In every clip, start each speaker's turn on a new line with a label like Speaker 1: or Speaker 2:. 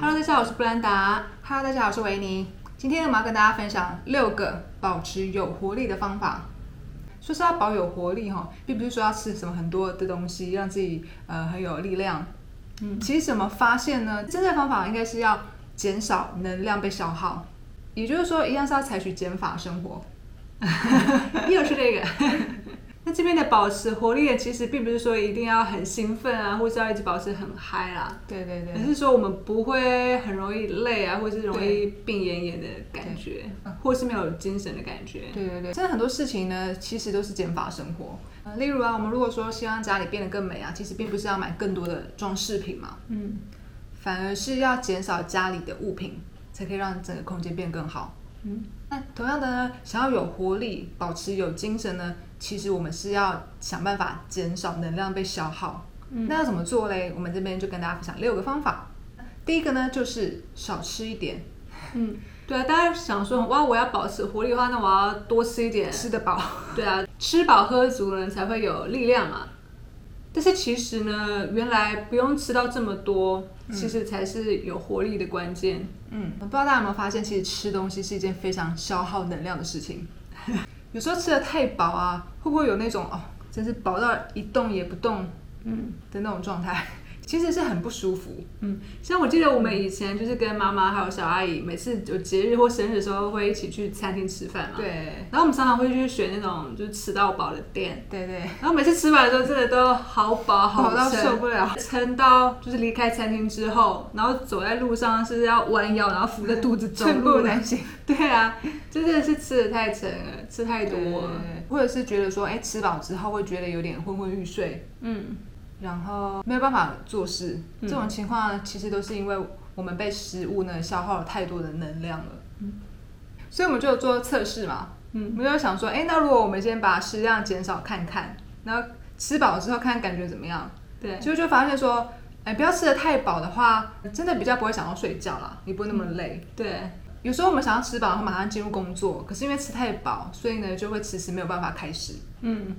Speaker 1: 大家好，我是布兰达。Hello，大家好，我是维尼。今天我们要跟大家分享六个保持有活力的方法。说是要保有活力哈，并不是说要吃什么很多的东西让自己呃很有力量。嗯，其实怎么发现呢？真正的方法应该是要减少能量被消耗，也就是说，一样是要采取减法生活。 又是这个。那这边的保持活力，其实并不是说一定要很兴奋啊，或是要一直保持很嗨啦，
Speaker 2: 对对对
Speaker 1: 而，是说我们不会很容易累啊，或是容易病恹恹的感觉，或是没有精神的感觉。
Speaker 2: 对对对，
Speaker 1: 真的很多事情呢，其实都是减法生活。呃，例如啊，我们如果说希望家里变得更美啊，其实并不是要买更多的装饰品嘛，
Speaker 2: 嗯，
Speaker 1: 反而是要减少家里的物品，才可以让整个空间变更好。
Speaker 2: 嗯，
Speaker 1: 那同样的呢，想要有活力、保持有精神呢，其实我们是要想办法减少能量被消耗。
Speaker 2: 嗯
Speaker 1: 那要怎么做嘞？我们这边就跟大家分享六个方法。第一个呢，就是少吃一点，
Speaker 2: 嗯，
Speaker 3: 对啊，大家想说哇，我要保持活力的话，那我要多吃一点。
Speaker 1: 吃得饱。
Speaker 3: 对啊，吃饱喝足了才会有力量嘛。但是其实呢，原来不用吃到这么多，其实才是有活力的关键。
Speaker 1: 嗯，不知道大家有没有发现，其实吃东西是一件非常消耗能量的事情。 有时候吃的太饱啊，会不会有那种哦，真是饱到一动也不动，嗯的那种状态， 其实是很不舒服。
Speaker 3: 嗯像我记得我们以前就是跟妈妈还有小阿姨，每次有节日或生日的时候会一起去餐厅吃饭嘛。。
Speaker 1: 对，
Speaker 3: 然后我们常常会去选那种就是吃到饱的店，
Speaker 1: 对对，
Speaker 3: 然后每次吃完的时候真的都好饱好
Speaker 1: 饱到
Speaker 3: 撑
Speaker 1: 受不了。
Speaker 3: 撑到就是离开餐厅之后，然后走在路上是要弯腰，然后扶着肚子走
Speaker 1: 寸步
Speaker 3: 路的。
Speaker 1: 难行。
Speaker 3: 对啊，就真的是吃的太撑了，吃太
Speaker 1: 对
Speaker 3: 多了。，
Speaker 1: 或者是觉得说，哎，吃饱之后会觉得有点昏昏欲睡，
Speaker 3: 嗯，
Speaker 1: 然后没有办法做事。
Speaker 3: 嗯
Speaker 1: 这种情况其实都是因为我们被食物呢消耗了太多的能量了。所以我们就有做测试嘛，
Speaker 3: 嗯，
Speaker 1: 我们就想说，哎、那如果我们先把食量减少看看，然后吃饱之后看感觉怎么样？
Speaker 3: 对，
Speaker 1: 结果就发现说，哎、不要吃的太饱的话，真的比较不会想要睡觉啦，也不会那么累。
Speaker 3: 嗯对，
Speaker 1: 有时候我们想要吃饱，然后马上进入工作，可是因为吃太饱，所以呢就会迟迟没有办法开始。
Speaker 3: 嗯，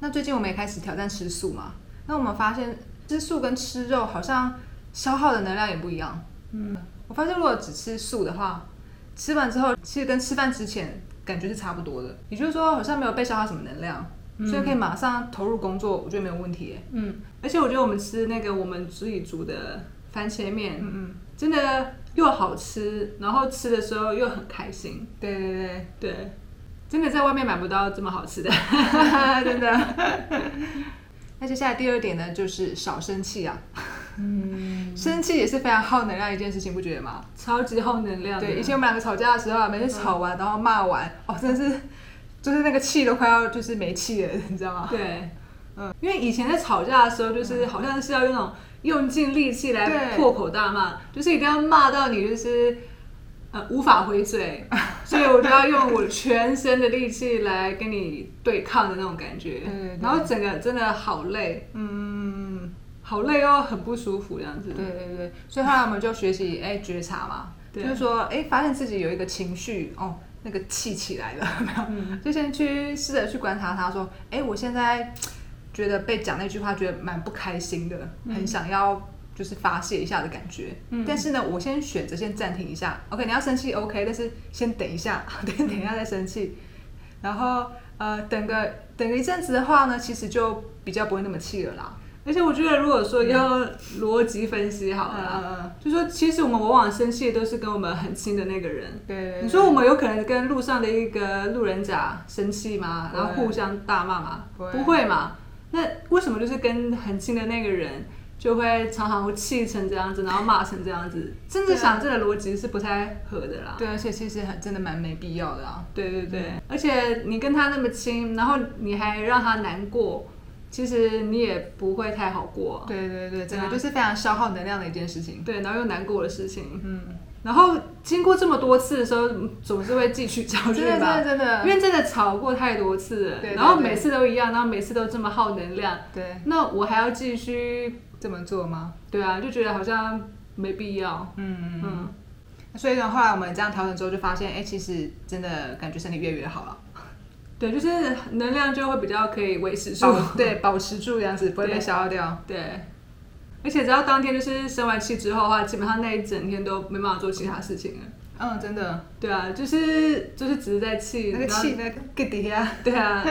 Speaker 1: 那最近我们也开始挑战吃素嘛，那我们发现吃素跟吃肉好像消耗的能量也不一样。
Speaker 3: 嗯，
Speaker 1: 我发现如果只吃素的话，吃完之后其实跟吃饭之前感觉是差不多的，也就是说好像没有被消耗什么能量，所以可以马上投入工作，我觉得没有问题耶。
Speaker 3: 嗯。而且我觉得我们吃那个我们自己煮的番茄面，
Speaker 1: 嗯嗯，
Speaker 3: 真的又好吃，然后吃的时候又很开心。
Speaker 1: 对对对，
Speaker 3: 对，真的在外面买不到这么好吃的。
Speaker 1: 嗯 真的。 那接下来第二点呢，就是少生气啊。嗯，生气也是非常耗能量的一件事情，不觉得吗？
Speaker 3: 超级耗能量的。
Speaker 1: 对，以啊前我们两个吵架的时候啊，每次吵完然后骂完，哦，真的是，就是那个气都快要就是没气了，你知道吗？
Speaker 3: 对，嗯，因为以前在吵架的时候，就是好像是要用那种用尽力气来
Speaker 1: 对
Speaker 3: 破口大骂，就是一定要骂到你就是呃无法 回嘴，所以我就要用我全身的力气来跟你对抗的那种感觉。
Speaker 1: 对对对
Speaker 3: 然后整个真的好累，
Speaker 1: 嗯，
Speaker 3: 好累又很不舒服这样子。
Speaker 1: 对对对，所以后来我们就学习哎觉察嘛，就
Speaker 3: 对
Speaker 1: 是说哎发现自己有一个情绪哦，那个气起来了，有没有
Speaker 3: 嗯
Speaker 1: 就先去试着去观察他说，哎，我现在觉得被讲那句话觉得蛮不开心的，很想要。就是发泄一下的感觉，
Speaker 3: 嗯
Speaker 1: 但是呢，我先选择先暂停一下。OK，你要生气 OK，但是先等一下， 等等一下再生气。然后呃，等个等个一阵子的话呢，其实就比较不会那么气了啦。
Speaker 3: 而且我觉得，如果说要逻辑分析好了啦，
Speaker 1: 嗯，
Speaker 3: 就说其实我们往往生气的都是跟我们很亲的那个人，
Speaker 1: 对，
Speaker 3: 你说我们有可能跟路上的一个路人甲生气吗？
Speaker 1: 不会
Speaker 3: 然后互相大骂吗？
Speaker 1: 不会
Speaker 3: 会嘛？那为什么就是跟很亲的那个人就会常常会气成这样子，然后骂成这样子？真
Speaker 1: 对
Speaker 3: 的
Speaker 1: 啊
Speaker 3: 想这个逻辑是不太合的啦。
Speaker 1: 对，而且其实很真的蛮没必要的啊。
Speaker 3: 对对对，而且你跟他那么亲，然后你还让他难过，其实你也不会太好过。
Speaker 1: 对对对，整
Speaker 3: 对
Speaker 1: 个
Speaker 3: 啊
Speaker 1: 就是非常消耗能量的一件事情。
Speaker 3: 对，然后又难过的事情，
Speaker 1: 嗯，
Speaker 3: 然后经过这么多次的时候，嗯总是会汲取教训吧。
Speaker 1: 真的真的真的，
Speaker 3: 因为真的吵过太多次了，
Speaker 1: 对对
Speaker 3: 然后
Speaker 1: 对
Speaker 3: 每次都一样，然后每次都这么耗能量，
Speaker 1: 对
Speaker 3: 那我还要继续，
Speaker 1: 这么做吗？
Speaker 3: 对啊，就觉得好像没必要，
Speaker 1: 嗯嗯。
Speaker 3: 嗯，
Speaker 1: 所以呢，后来我们这样调整之后，就发现，哎，其实真的感觉身体越来越好 了，
Speaker 3: 对，就是能量就会比较可以维持住，
Speaker 1: 保对保持住这样子，不会被
Speaker 3: 对
Speaker 1: 消耗掉。
Speaker 3: 对，而且只要当天就是生完气之后的话，基本上那一整天都没办法做其他事情了。
Speaker 1: 嗯，真的，
Speaker 3: 对啊，就是就是只是在气，
Speaker 1: 那个
Speaker 3: 然后
Speaker 1: 气那个给底下。
Speaker 3: 对啊，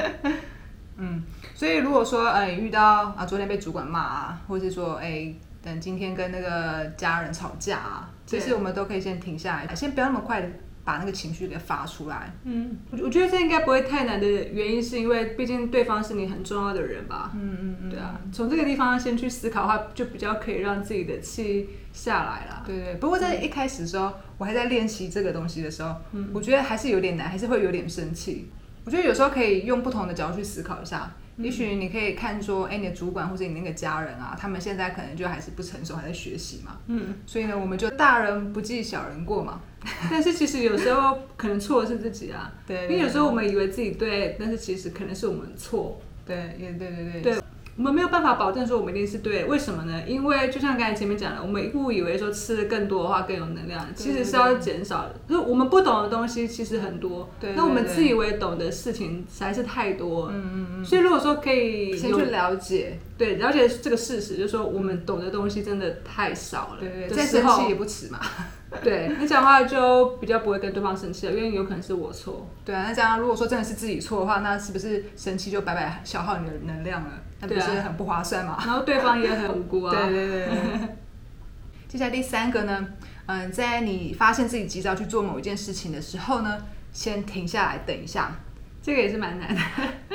Speaker 1: 嗯，所以如果说呃你遇到啊昨天被主管骂啊，或是说哎等今天跟那个家人吵架啊，其
Speaker 3: 对
Speaker 1: 实我们都可以先停下来，先不要那么快的把那个情绪给发出来。
Speaker 3: 嗯，我我觉得这应该不会太难的原因，是因为毕竟对方是你很重要的人吧。
Speaker 1: 嗯嗯嗯，
Speaker 3: 对啊，从这个地方先去思考的话，就比较可以让自己的气下来啦。
Speaker 1: 对对。不过在一开始的时候，我还在练习这个东西的时候，我觉得还是有点难，还是会有点生气。我觉得有时候可以用不同的角度去思考一下。也许你可以看说，哎、你的主管或者你那个家人啊，他们现在可能就还是不成熟，还在学习嘛。
Speaker 3: 嗯，
Speaker 1: 所以呢，我们就大人不计小人过嘛。
Speaker 3: 但是其实有时候可能错的是自己啊，
Speaker 1: 对
Speaker 3: 因为有时候我们以为自己对，但是其实可能是我们错。
Speaker 1: 对，也对对对
Speaker 3: 对我们没有办法保证说我们一定是对，为什么呢？因为就像刚才前面讲的，我们误以为说吃的更多的话更有能量，
Speaker 1: 对
Speaker 3: 其实是要减少的。就是我们不懂的东西其实很多，
Speaker 1: 对
Speaker 3: 那我们
Speaker 1: 对对
Speaker 3: 自以为懂的事情实在是太多。
Speaker 1: 嗯嗯
Speaker 3: 所以如果说可以
Speaker 1: 先
Speaker 3: 有
Speaker 1: 去了解，
Speaker 3: 对了解这个事实，就是说我们懂的东西真的太少了。
Speaker 1: 对对，
Speaker 3: 的
Speaker 1: 再
Speaker 3: 时
Speaker 1: 生
Speaker 3: 候
Speaker 1: 气也不迟嘛。
Speaker 3: 对你讲话就比较不会跟对方生气了，因为有可能是我错。
Speaker 1: 对啊，那这样如果说真的是自己错的话，那是不是生气就白白消耗你的能量了？那不
Speaker 3: 对啊
Speaker 1: 是很不划算嘛？
Speaker 3: 然后对方也很无辜啊。
Speaker 1: 对对对对。 接下来第三个呢，嗯，在你发现自己急着要去做某一件事情的时候呢，先停下来等一下。
Speaker 3: 这个也是蛮难的。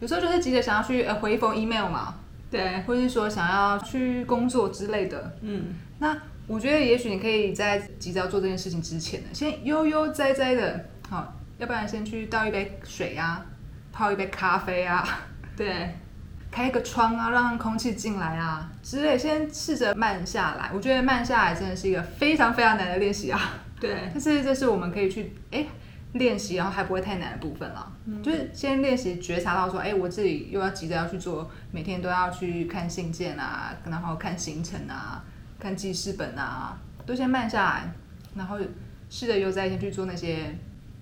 Speaker 1: 有时候就是急着想要去呃回一封 email 嘛，
Speaker 3: 对，
Speaker 1: 或是说想要去工作之类的，
Speaker 3: 嗯，
Speaker 1: 那我觉得也许你可以在急着要做这件事情之前呢，先悠悠哉哉的，好，要不然先去倒一杯水啊，泡一杯咖啡啊，
Speaker 3: 对，
Speaker 1: 开一个窗啊，让空气进来啊之类，先试着慢下来。我觉得慢下来真的是一个非常非常难的练习啊，
Speaker 3: 对，
Speaker 1: 但是这是我们可以去哎练习，然后还不会太难的部分啦。
Speaker 3: 嗯
Speaker 1: 就是先练习觉察到说，哎，我自己又要急着要去做，每天都要去看信件啊，然后看行程啊，看记事本啊，都先慢下来，然后试着悠哉先去做那些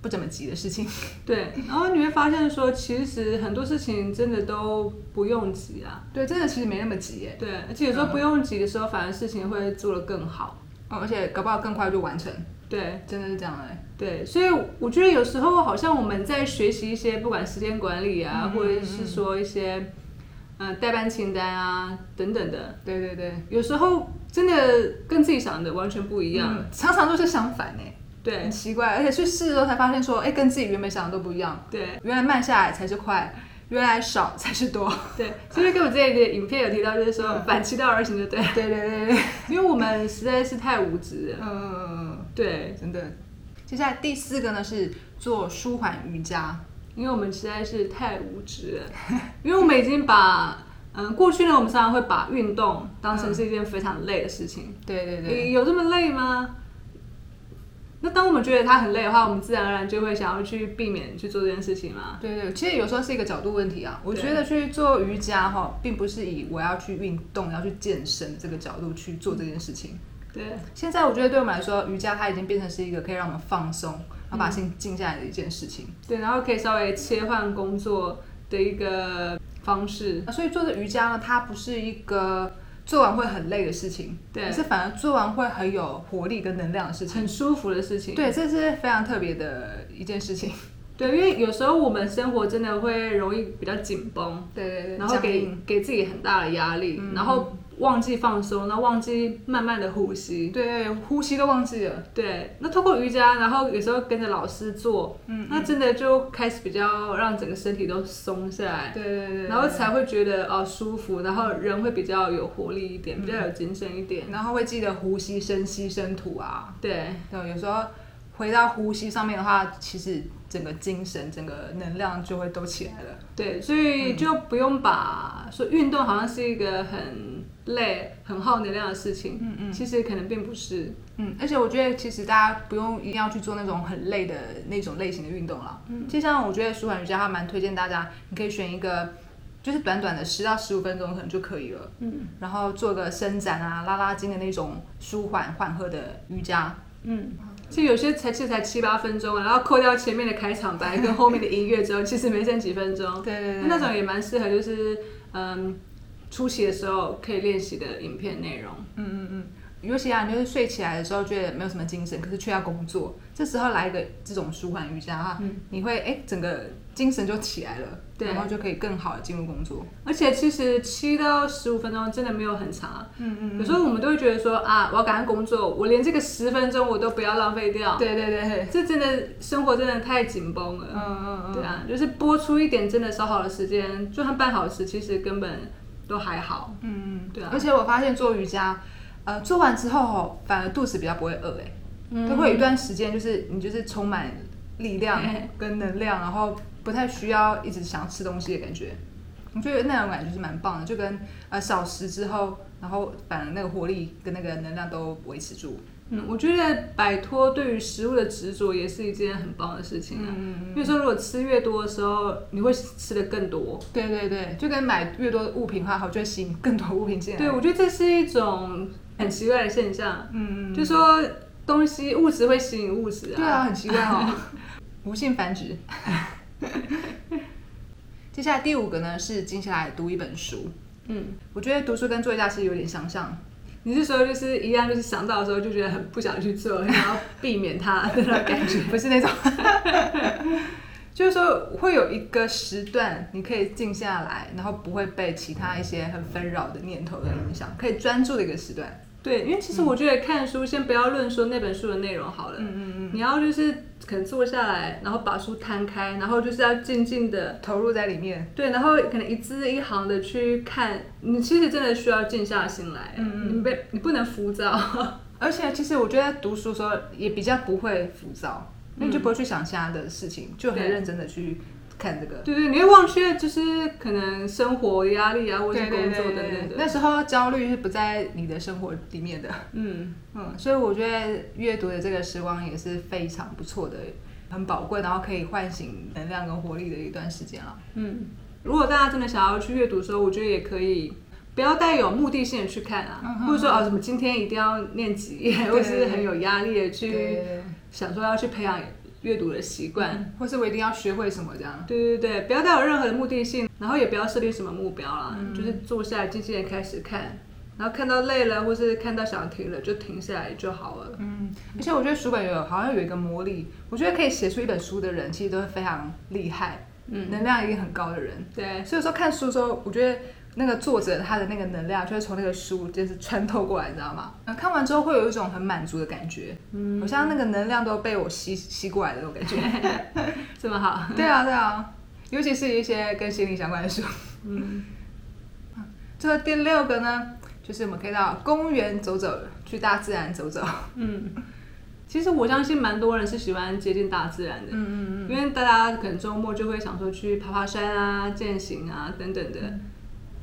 Speaker 1: 不怎么急的事情。
Speaker 3: 对。然后你会发现说，其实很多事情真的都不用急啊。
Speaker 1: 对，真的其实没那么急耶，
Speaker 3: 对，而且有时候
Speaker 1: 嗯
Speaker 3: 不用急的时候，反而事情会做得更好。
Speaker 1: 哦而且搞不好更快就完成，
Speaker 3: 对，
Speaker 1: 真的是这样哎。
Speaker 3: 对，所以我觉得有时候好像我们在学习一些不管时间管理啊，
Speaker 1: 嗯
Speaker 3: 或者是说一些呃代办清单啊等等的，
Speaker 1: 对对对，
Speaker 3: 有时候真的跟自己想的完全不
Speaker 1: 一
Speaker 3: 一样。
Speaker 1: 样，嗯常常都是相反哎，
Speaker 3: 对
Speaker 1: 很奇怪，而且去试的时候才发现说，哎，跟自己原本想的都不一样。
Speaker 3: 对
Speaker 1: 原来慢下来才是快，原来少才是 多。
Speaker 3: 对，所以跟我之前的影片有提到，就是
Speaker 1: 嗯
Speaker 3: 说反其道而行就 对，
Speaker 1: 对对对对，
Speaker 3: 因为我们实在是太无知了。
Speaker 1: 嗯，
Speaker 3: 对，
Speaker 1: 真的。接下来第四个呢是做舒缓瑜伽，
Speaker 3: 因为我们实在是太无知 了，因为我们已经把嗯过去呢，我们常常会把运动当
Speaker 1: 嗯
Speaker 3: 成是一件非常累的事情。
Speaker 1: 对对对，
Speaker 3: 诶有这么累吗？那当我们觉得它很累的话，我们自然而然就会想要去避免去做这件事情嘛。
Speaker 1: 对对，其实有时候是一个角度问题啊。我
Speaker 3: 对
Speaker 1: 觉得去做瑜伽哈，并不是以我要去运动、要去健身这个角度去做这件事情。
Speaker 3: 对
Speaker 1: 现在我觉得对我们来说，瑜伽它已经变成是一个可以让我们放松，然后把心静下来的一件事情。
Speaker 3: 对，然后可以稍微切换工作的一个方式。
Speaker 1: 所以做的瑜伽呢，它不是一个做完会很累的事情，
Speaker 3: 对
Speaker 1: 而是反而做完会很有活力跟能量的事情。
Speaker 3: 很舒服的事情，
Speaker 1: 对，这是非常特别的一件事情。
Speaker 3: 对，因为有时候我们生活真的会容易比较紧绷，
Speaker 1: 对对对，嗯
Speaker 3: 然后
Speaker 1: 给
Speaker 3: 给给自己很大的压力，然后忘记放松，然后忘记慢慢的呼吸。
Speaker 1: 对对呼吸都忘记了。
Speaker 3: 对，那透过瑜伽，然后有时候跟着老师做，
Speaker 1: 嗯
Speaker 3: 那真的就开始比较让整个身体都松下来，
Speaker 1: 对对对，
Speaker 3: 然后才会觉得哦舒服，然后人会比较有活力一
Speaker 1: 嗯
Speaker 3: 点，比较有精神一点。
Speaker 1: 然后会记得呼吸、深吸、深吐啊。
Speaker 3: 对
Speaker 1: 对，有时候回到呼吸上面的话，其实整个精神、整个能量就会都起来了。
Speaker 3: 对，所以就不用把说运动好像是一个很累、很耗能量的事情，
Speaker 1: 嗯嗯
Speaker 3: 其实可能并不是。
Speaker 1: 嗯，而且我觉得其实大家不用一定要去做那种很累的那种类型的运动了。嗯，就像我觉得舒缓瑜伽，它蛮推荐大家，你可以选一个就是短短的十到十五分钟可能就可以了。
Speaker 3: 嗯
Speaker 1: 然后做个伸展啊、拉拉筋的那种舒缓缓和的瑜伽。
Speaker 3: 嗯，其实有些才其实才七八分钟啊，然后扣掉前面的开场白哦跟后面的音乐之后，其实没剩几分钟。
Speaker 1: 对对
Speaker 3: 那种也蛮适合，就是嗯，初期的时候可以练习的影片内容。
Speaker 1: 嗯尤其啊，你就是睡起来的时候觉得没有什么精神，可是却要工作，这时候来一个这种舒缓瑜伽啊，你会哎、诶整个精神就起来了，
Speaker 3: 嗯对
Speaker 1: 然后就可以更好的进入工作。
Speaker 3: 而且其实七到十五分钟真的没有很长啊。嗯嗯有时候我们都会觉得说啊，我要赶快工作，我连这个十分钟我都不要浪费掉。，
Speaker 1: 对对对，
Speaker 3: 这真的生活真的太紧绷了。
Speaker 1: 嗯嗯嗯，
Speaker 3: 对啊，就是播出一点真的稍好的时间，就算半小时，其实根本都还好。
Speaker 1: 嗯嗯，
Speaker 3: 对啊
Speaker 1: 而且我发现做瑜伽，呃，做完之后哦，反而肚子比较不会饿、诶，
Speaker 3: 嗯
Speaker 1: 哎，都会有一段时间就是你就是充满力量
Speaker 3: 嘿
Speaker 1: 跟能量，然后不太需要一直想吃东西的感觉。我觉得那种感觉是蛮棒的，就跟呃少食之后，然后反而那个活力跟那个能量都维持住。
Speaker 3: 嗯，我觉得摆脱对于食物的执着也是一件很棒的事情啊。嗯嗯因为说如果吃越多的时候，你会吃的更多。
Speaker 1: 对对对，就跟买越多的物品的话，好就会吸引更多物品进来。
Speaker 3: 对，我觉得这是一种很奇怪的现象。
Speaker 1: 嗯，嗯
Speaker 3: 就说东西物质会吸引物质啊。
Speaker 1: 对啊，很奇怪哦， 无限繁殖。 接下来第五个呢是静下来读一本书。
Speaker 3: 嗯，
Speaker 1: 我觉得读书跟作家其实有点相像，
Speaker 3: 你是说就是一样，就是想到的时候就觉得很不想去做，然后避免它的那种 感觉。
Speaker 1: 不是那种，就是说会有一个时段你可以静下来，然后不会被其他一些很纷扰的念头的影响，可以专注的一个时段。
Speaker 3: 对，因为其实我觉得看书，先不要论说那本书的内容好了，
Speaker 1: 嗯嗯，
Speaker 3: 你要就是可能坐下来，然后把书摊开，然后就是要静静的。
Speaker 1: 投入在里面。
Speaker 3: 对，然后可能一字一行的去看，你其实真的需要静下心来，嗯你被你不能浮躁，
Speaker 1: 而且其实我觉得读书的时候也比较不会浮躁，因为就不会去想其他的事情，就很
Speaker 3: 对
Speaker 1: 认真的去看这个。
Speaker 3: 对对，你会忘却就是可能生活压力啊，或者是工作
Speaker 1: 对
Speaker 3: 等等
Speaker 1: 对
Speaker 3: 的，
Speaker 1: 那时候焦虑是不在你的生活里面的，
Speaker 3: 嗯，
Speaker 1: 嗯，所以我觉得阅读的这个时光也是非常不错的，很宝贵，然后可以唤醒能量跟活力的一段时间了。啊
Speaker 3: 嗯，如果大家真的想要去阅读的时候，我觉得也可以不要带有目的性的去看啊，或者说哦，什么今天一定要念几页，或者是很有压力的去
Speaker 1: 对，
Speaker 3: 想说要去培养阅读的习惯。
Speaker 1: 或是我一定要学会什么这样。
Speaker 3: 对对对，不要带有任何的目的性，然后也不要设定什么目标啦，就是坐下来静静的开始看，然后看到累了，或是看到想停了就停下来就好了。
Speaker 1: 嗯，而且我觉得书本有好像有一个魔力，我觉得可以写出一本书的人，其实都是非常厉害，
Speaker 3: 嗯，
Speaker 1: 能量一定很高的人。
Speaker 3: 对，
Speaker 1: 所以说看书的时候，我觉得那个作者他的那个能量就会从那个书就是穿透过来，你知道吗？呃，看完之后会有一种很满足的感觉，嗯，好像那个能量都被我吸吸过来的那种感 觉。
Speaker 3: 这么好，
Speaker 1: 对啊，对啊，尤其是一些跟心灵相关的书。
Speaker 3: 嗯，
Speaker 1: 最后第六个呢，就是我们可以到公园走走，去大自然走走。
Speaker 3: 嗯，其实我相信蛮多人是喜欢接近大自然的，
Speaker 1: 嗯嗯，
Speaker 3: 因为大家可能周末就会想说去爬爬山啊、健行啊等等的。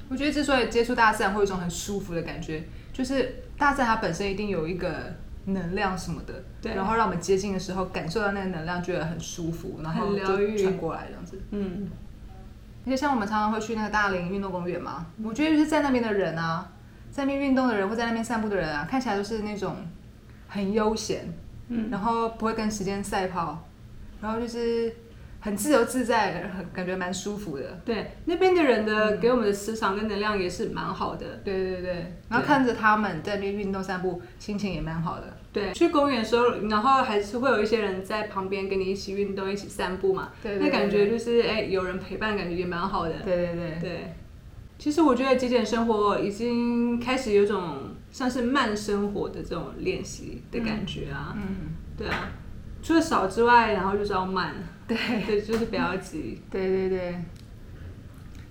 Speaker 1: 我觉得之所以接触大自然会有一种很舒服的感觉，就是大自然它本身一定有一个能量什么的，
Speaker 3: 对
Speaker 1: 然后让我们接近的时候感受到那个能量，觉得很舒服，然后
Speaker 3: 很疗
Speaker 1: 就
Speaker 3: 愈
Speaker 1: 传过来这样子。
Speaker 3: 嗯，
Speaker 1: 而且像我们常常会去那个大林运动公园嘛，我觉得就是在那边的人啊，在那边运动的人或在那边散步的人啊，看起来都是那种很悠闲，
Speaker 3: 嗯，
Speaker 1: 然后不会跟时间赛跑，然后就是很自由自在的，很感觉蛮舒服的。
Speaker 3: 对，那边的人
Speaker 1: 嗯
Speaker 3: 的给我们的磁场跟能量也是蛮好的。
Speaker 1: 对对对，然后看着他们在那边运动散步，心情也蛮好的。
Speaker 3: 对，去公园的时候，然后还是会有一些人在旁边跟你一起运动、一起散步嘛。
Speaker 1: 对对
Speaker 3: 那感
Speaker 1: 对
Speaker 3: 觉就是哎、有人陪伴，感觉也蛮好的。
Speaker 1: 对对对，
Speaker 3: 对，其实我觉得极简生活已经开始有种像是慢生活的这种练习的感觉啊。
Speaker 1: 嗯，
Speaker 3: 对啊，除了少之外，然后就是要慢，
Speaker 1: 对
Speaker 3: 对，就是不要急。
Speaker 1: 对对对。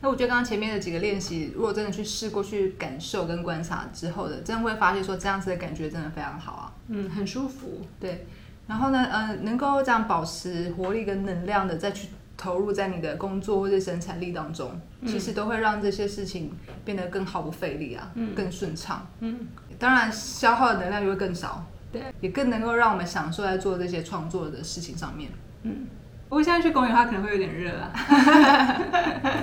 Speaker 1: 那我觉得刚刚前面的几个练习，如果真的去试过去感受跟观察之后的，真的会发现说这样子的感觉真的非常好啊。
Speaker 3: 嗯，很舒服。
Speaker 1: 对，然后呢，呃，能够这样保持活力跟能量的再去投入在你的工作或者生产力当中，
Speaker 3: 嗯
Speaker 1: 其实都会让这些事情变得更毫不费力啊，更顺畅。
Speaker 3: 嗯，
Speaker 1: 当然消耗的能量就会更少，
Speaker 3: 对，
Speaker 1: 也更能够让我们享受在做这些创作的事情上面。
Speaker 3: 不过现在去公园的话，可能会有点热啊。